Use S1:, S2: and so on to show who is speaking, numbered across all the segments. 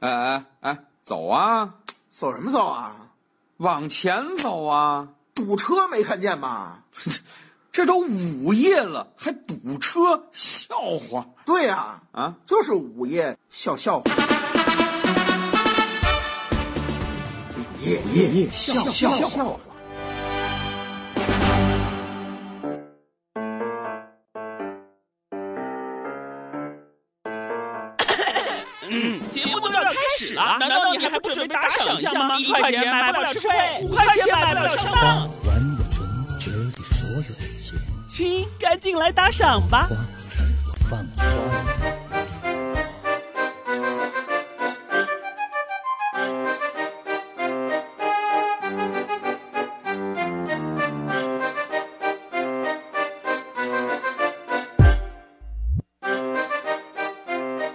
S1: 哎哎哎，走啊，
S2: 走什么走啊？
S1: 往前走啊！
S2: 堵车没看见吧？
S1: 这都午夜了还堵车，笑话
S2: 对呀、
S1: 啊！
S2: 就是午夜笑笑话。夜夜夜哎笑笑笑话。
S3: 节目都要开始了，难道你还不准备打赏一下吗？一块钱买不了吃亏，五块钱买不了上当。
S4: 完我存折里所有的钱，
S3: 亲，赶紧来打赏吧！
S4: 花儿我放光。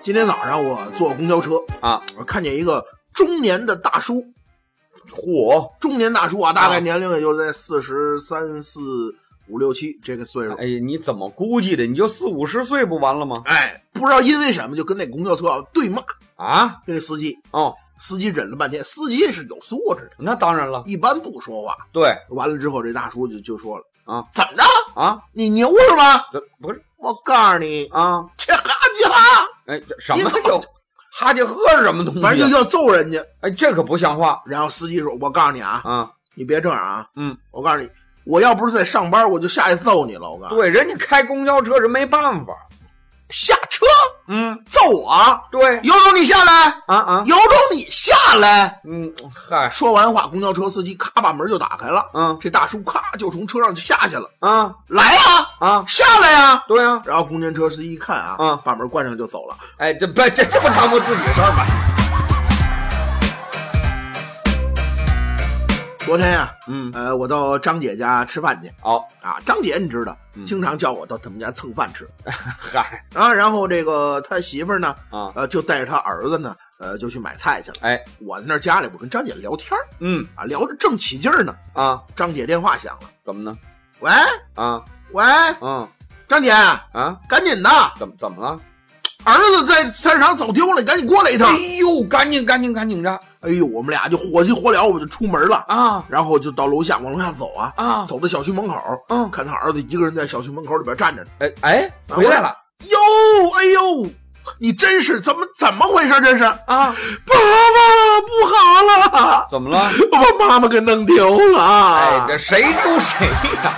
S2: 今天早上我坐公交车，
S1: 啊！
S2: 我看见一个中年的大叔，
S1: 嚯，
S2: 中年大叔啊，大概年龄也就在四十三四五六七这个岁数。
S1: 哎呀，你怎么估计的？你就四五十岁不完了吗？
S2: 哎，不知道因为什么就跟那公交车啊对骂，
S1: 啊，
S2: 跟那司机，
S1: 哦，
S2: 司机忍了半天，司机是有素质的，
S1: 那当然了，
S2: 一般不说话。
S1: 对
S2: 完了之后，这大叔就就说了
S1: 啊，
S2: 怎么着？
S1: 啊，
S2: 你牛是吧？
S1: 这不是
S2: 我告诉你，
S1: 啊，
S2: 切哈切哈，
S1: 哎，这什
S2: 你
S1: 么
S2: 怎么
S1: 有哈欠喝是什么东西啊？
S2: 反正就要揍人家。
S1: 哎，这可不像话
S2: 然后司机说：“我告诉你啊，
S1: 啊！
S2: 你别这样啊，
S1: 嗯，
S2: 我告诉你，我要不是在上班，我就下去揍你了。我告诉你，
S1: 对，人家开公交车人没办法，
S2: 下车
S1: 嗯，
S2: 揍我，
S1: 对，
S2: 有种你下来，
S1: 啊啊，
S2: 有种你下来。”
S1: 嗯，嗨，
S2: 说完话，公交车司机咔把门就打开了，
S1: 嗯
S2: 这大叔咔就从车上就下去了，
S1: 啊
S2: 来呀、
S1: 啊，
S2: 下来呀、
S1: 对啊，
S2: 然后公交车司机一看啊，
S1: 嗯
S2: 把门关上就走了。
S1: 哎，这不这这不耽误自己的事儿吗？
S2: 昨天呀、
S1: 嗯，
S2: 呃，我到张姐家吃饭去
S1: 哦，
S2: 啊。张姐你知道
S1: 嗯，
S2: 经常叫我到他们家蹭饭吃
S1: 嗨，
S2: 啊。然后这个他媳妇儿呢，
S1: 啊，
S2: 呃，就带着他儿子呢，呃，就去买菜去了。
S1: 哎，
S2: 我在那儿家里，我跟张姐聊天儿
S1: 嗯
S2: 啊，聊着正起劲儿呢，
S1: 啊，
S2: 张姐电话响了，
S1: 怎么呢？
S2: 喂
S1: 啊，
S2: 喂，
S1: 嗯
S2: 张姐，
S1: 啊，
S2: 赶紧的，
S1: 怎么怎么了？
S2: 儿子在菜市场走丢了，你赶紧过来一趟
S1: 哎。呦，赶紧赶紧赶紧着
S2: 哎呦，我们俩就火急火燎，我们就出门了，
S1: 啊
S2: 然后就到楼下往楼下走啊，
S1: 啊，
S2: 走到小区门口，
S1: 嗯，
S2: 看他儿子一个人在小区门口里边站着呢。
S1: 哎哎，回来了
S2: 哟，哎呦，你真是怎么怎么回事？这是
S1: 啊？
S2: 爸爸不好了，
S1: 怎么了？
S2: 我把妈妈给弄丢了。
S1: 哎，这谁丢谁呀？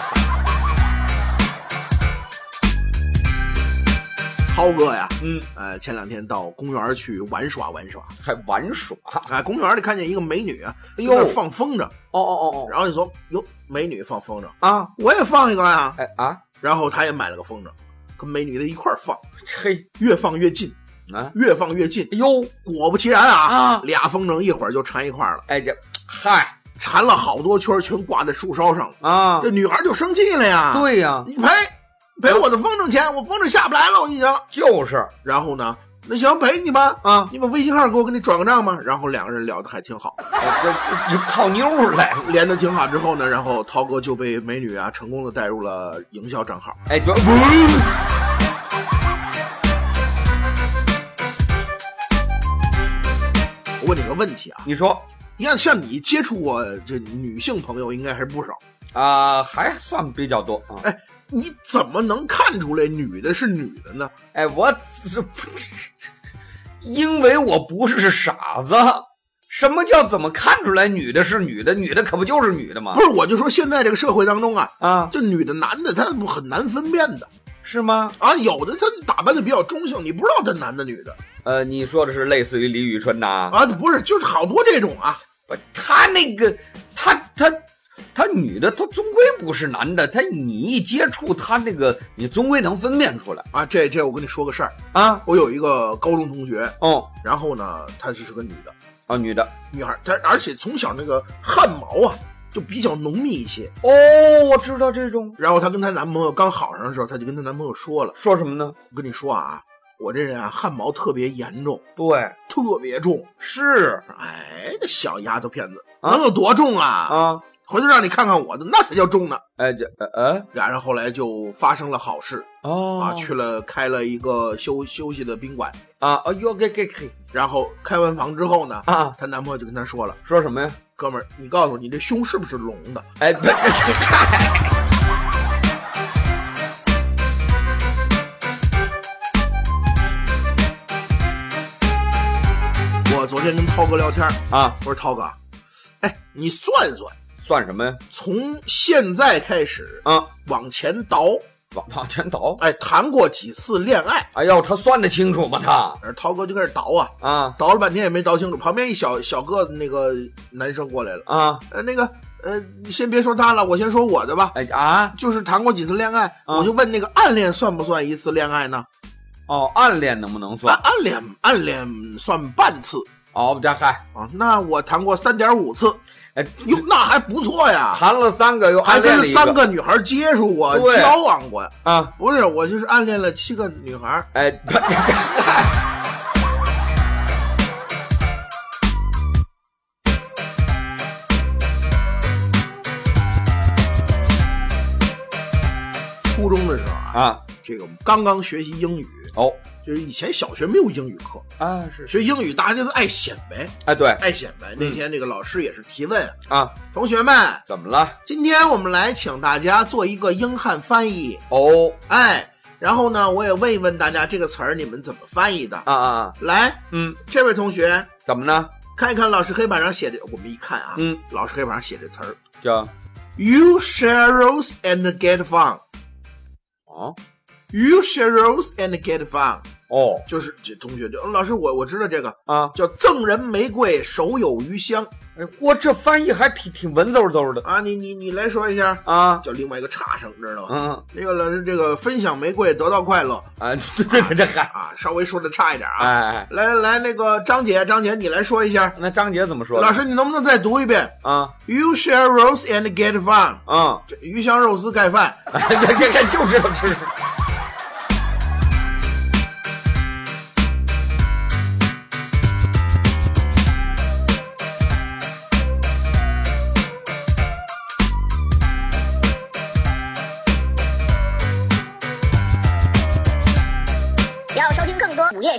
S2: 涛哥呀，
S1: 嗯，
S2: 呃，前两天到公园去玩耍玩耍，
S1: 还玩耍？
S2: 啊，公园里看见一个美女啊，
S1: 哎
S2: 在
S1: 呦
S2: 那儿放风筝，
S1: 哦哦哦
S2: 然后就说哟，美女放风筝，
S1: 哦啊！
S2: 我也放一个呀，
S1: 哎啊，
S2: 然后他也买了个风筝，跟美女的一块儿放，
S1: 嘿
S2: 越放越近，
S1: 啊，
S2: 越放越近，
S1: 哎呦
S2: 果不其然啊，
S1: 啊，
S2: 俩风筝一会儿就缠一块儿了，
S1: 哎这，嗨
S2: 缠了好多圈儿，全挂在树梢上了。
S1: 啊
S2: 这，女孩就生气了呀，，
S1: 对呀，
S2: 你赔赔我的风筝钱，我风筝下不来了，我已经。
S1: 就是
S2: 然后呢，那行赔你吧，
S1: 啊，
S2: 你把微信号给我，给你转个账吧。然后两个人聊的还挺好，
S1: 哎这这泡妞儿来了，
S2: 连的挺好之后呢，然后涛哥就被美女啊成功的带入了营销账号。
S1: 哎就
S2: 我问你个问题啊，
S1: 你说
S2: 你看像你接触过这女性朋友应该还是不少，
S1: 啊，还算比较多啊。
S2: 你怎么能看出来女的是女的呢？
S1: 哎，我这不，因为我不是傻子。什么叫怎么看出来女的是女的？女的可不就是女的吗
S2: 不？是，我就说现在这个社会当中啊，
S1: 啊，
S2: 这女的男的他很难分辨的
S1: 是吗？
S2: 啊，有的他打扮的比较中性，你不知道他男的女的
S1: 呃，你说的是类似于李宇春呐、
S2: 啊，不是，就是好多这种啊，
S1: 不，他那个，他他他女的，他终归不是男的，他你一接触他那个，你终归能分辨出来
S2: 啊，这这我跟你说个事儿，
S1: 啊。
S2: 我有一个高中同学，
S1: 哦
S2: 然后呢，她是个女的，
S1: 哦，女的，
S2: 女孩，她而且从小那个汗毛啊就比较浓密一些，
S1: 哦，我知道这种
S2: 然后她跟她男朋友刚好上的时候，她就跟她男朋友说了，
S1: 说什么呢？
S2: 我跟你说啊，我这人啊汗毛特别严重，
S1: 对，
S2: 特别重，
S1: 是
S2: 哎，这小丫头片子
S1: 啊
S2: 能有多重啊？
S1: 啊，
S2: 回头让你看看我的，那才叫中呢。
S1: 哎，这呃呃
S2: 俩人后来就发生了好事
S1: 哦
S2: 啊，去了开了一个休休息的宾馆，
S1: 啊，哎呦，给给给
S2: 然后开完房之后呢，
S1: 啊，
S2: 她男朋友就跟她说了
S1: 说什么呀？：“
S2: 哥们儿，你告诉我，你这胸是不是隆的
S1: 哎， 不是，？”
S2: 我昨天跟涛哥聊天，
S1: 啊，
S2: 我说涛哥，哎，你算算，
S1: 算什么呀？
S2: 从现在开始
S1: 啊，
S2: 往前倒，
S1: 往往前倒。
S2: 哎，谈过几次恋爱？
S1: 哎呦，他算得清楚吗？他
S2: 而涛哥就开始倒啊，
S1: 啊
S2: 倒了半天也没倒清楚。旁边一小小个子那个男生过来了，
S1: 啊，
S2: 呃，那个，呃，你先别说他了，我先说我的吧。
S1: 哎啊，
S2: 就是谈过几次恋爱，
S1: 啊
S2: 我就问那个暗恋算不算一次恋爱呢？
S1: 哦，暗恋能不能
S2: 啊
S1: 算？，
S2: 暗恋暗恋算半次
S1: 哦，这嗨，
S2: 啊，那我谈过三点五次，
S1: 哎，
S2: 哟，那还不错呀，
S1: 谈了三个，又
S2: 还
S1: 暗恋
S2: 跟
S1: 了一
S2: 三个女孩接触过、
S1: 对
S2: 交往过。
S1: 啊，
S2: 不是，我就是暗恋了七个女孩。
S1: 哎，不嗨
S2: 初中的时候 啊，
S1: 啊，
S2: 这个刚刚学习英语，
S1: 哦
S2: 就是以前小学没有英语课，
S1: 啊是，
S2: 学英语大家就是爱显摆，
S1: 哎对
S2: 爱显摆。那天这个老师也是提问，
S1: 啊，
S2: 同学们，
S1: 怎么了？
S2: 今天我们来请大家做一个英汉翻译。
S1: 哦
S2: 哎，然后呢，我也问一问大家这个词儿你们怎么翻译的。
S1: 啊啊，
S2: 来，
S1: 嗯，
S2: 这位同学
S1: 怎么呢？
S2: 看一看老师黑板上写的，我们一看啊，
S1: 嗯，
S2: 老师黑板上写这词儿
S1: 叫
S2: ，You share rose and get fun。
S1: 哦
S2: You share rose and get fun，
S1: 哦
S2: 就是这同学就、哦老师我我知道这个
S1: 啊，
S2: 叫赠人玫瑰手有余香
S1: 哎，我这翻译还挺挺文绉绉的
S2: 啊，你你你来说一下，
S1: 啊，
S2: 叫另外一个差生知道吗？
S1: 嗯
S2: 那个老师这个分享玫瑰得到快乐
S1: 啊，对对对，这嗨，
S2: 啊，稍微说的差一点啊。
S1: 哎哎，
S2: 来来来，那个张姐张姐你来说一下，
S1: 那张杰怎么说的？
S2: 老师你能不能再读一遍
S1: 啊
S2: ？You share rose and get fun，
S1: 啊，
S2: 这鱼香肉丝盖饭。
S1: 哎这这这就知道吃。
S5: 要收听更多午夜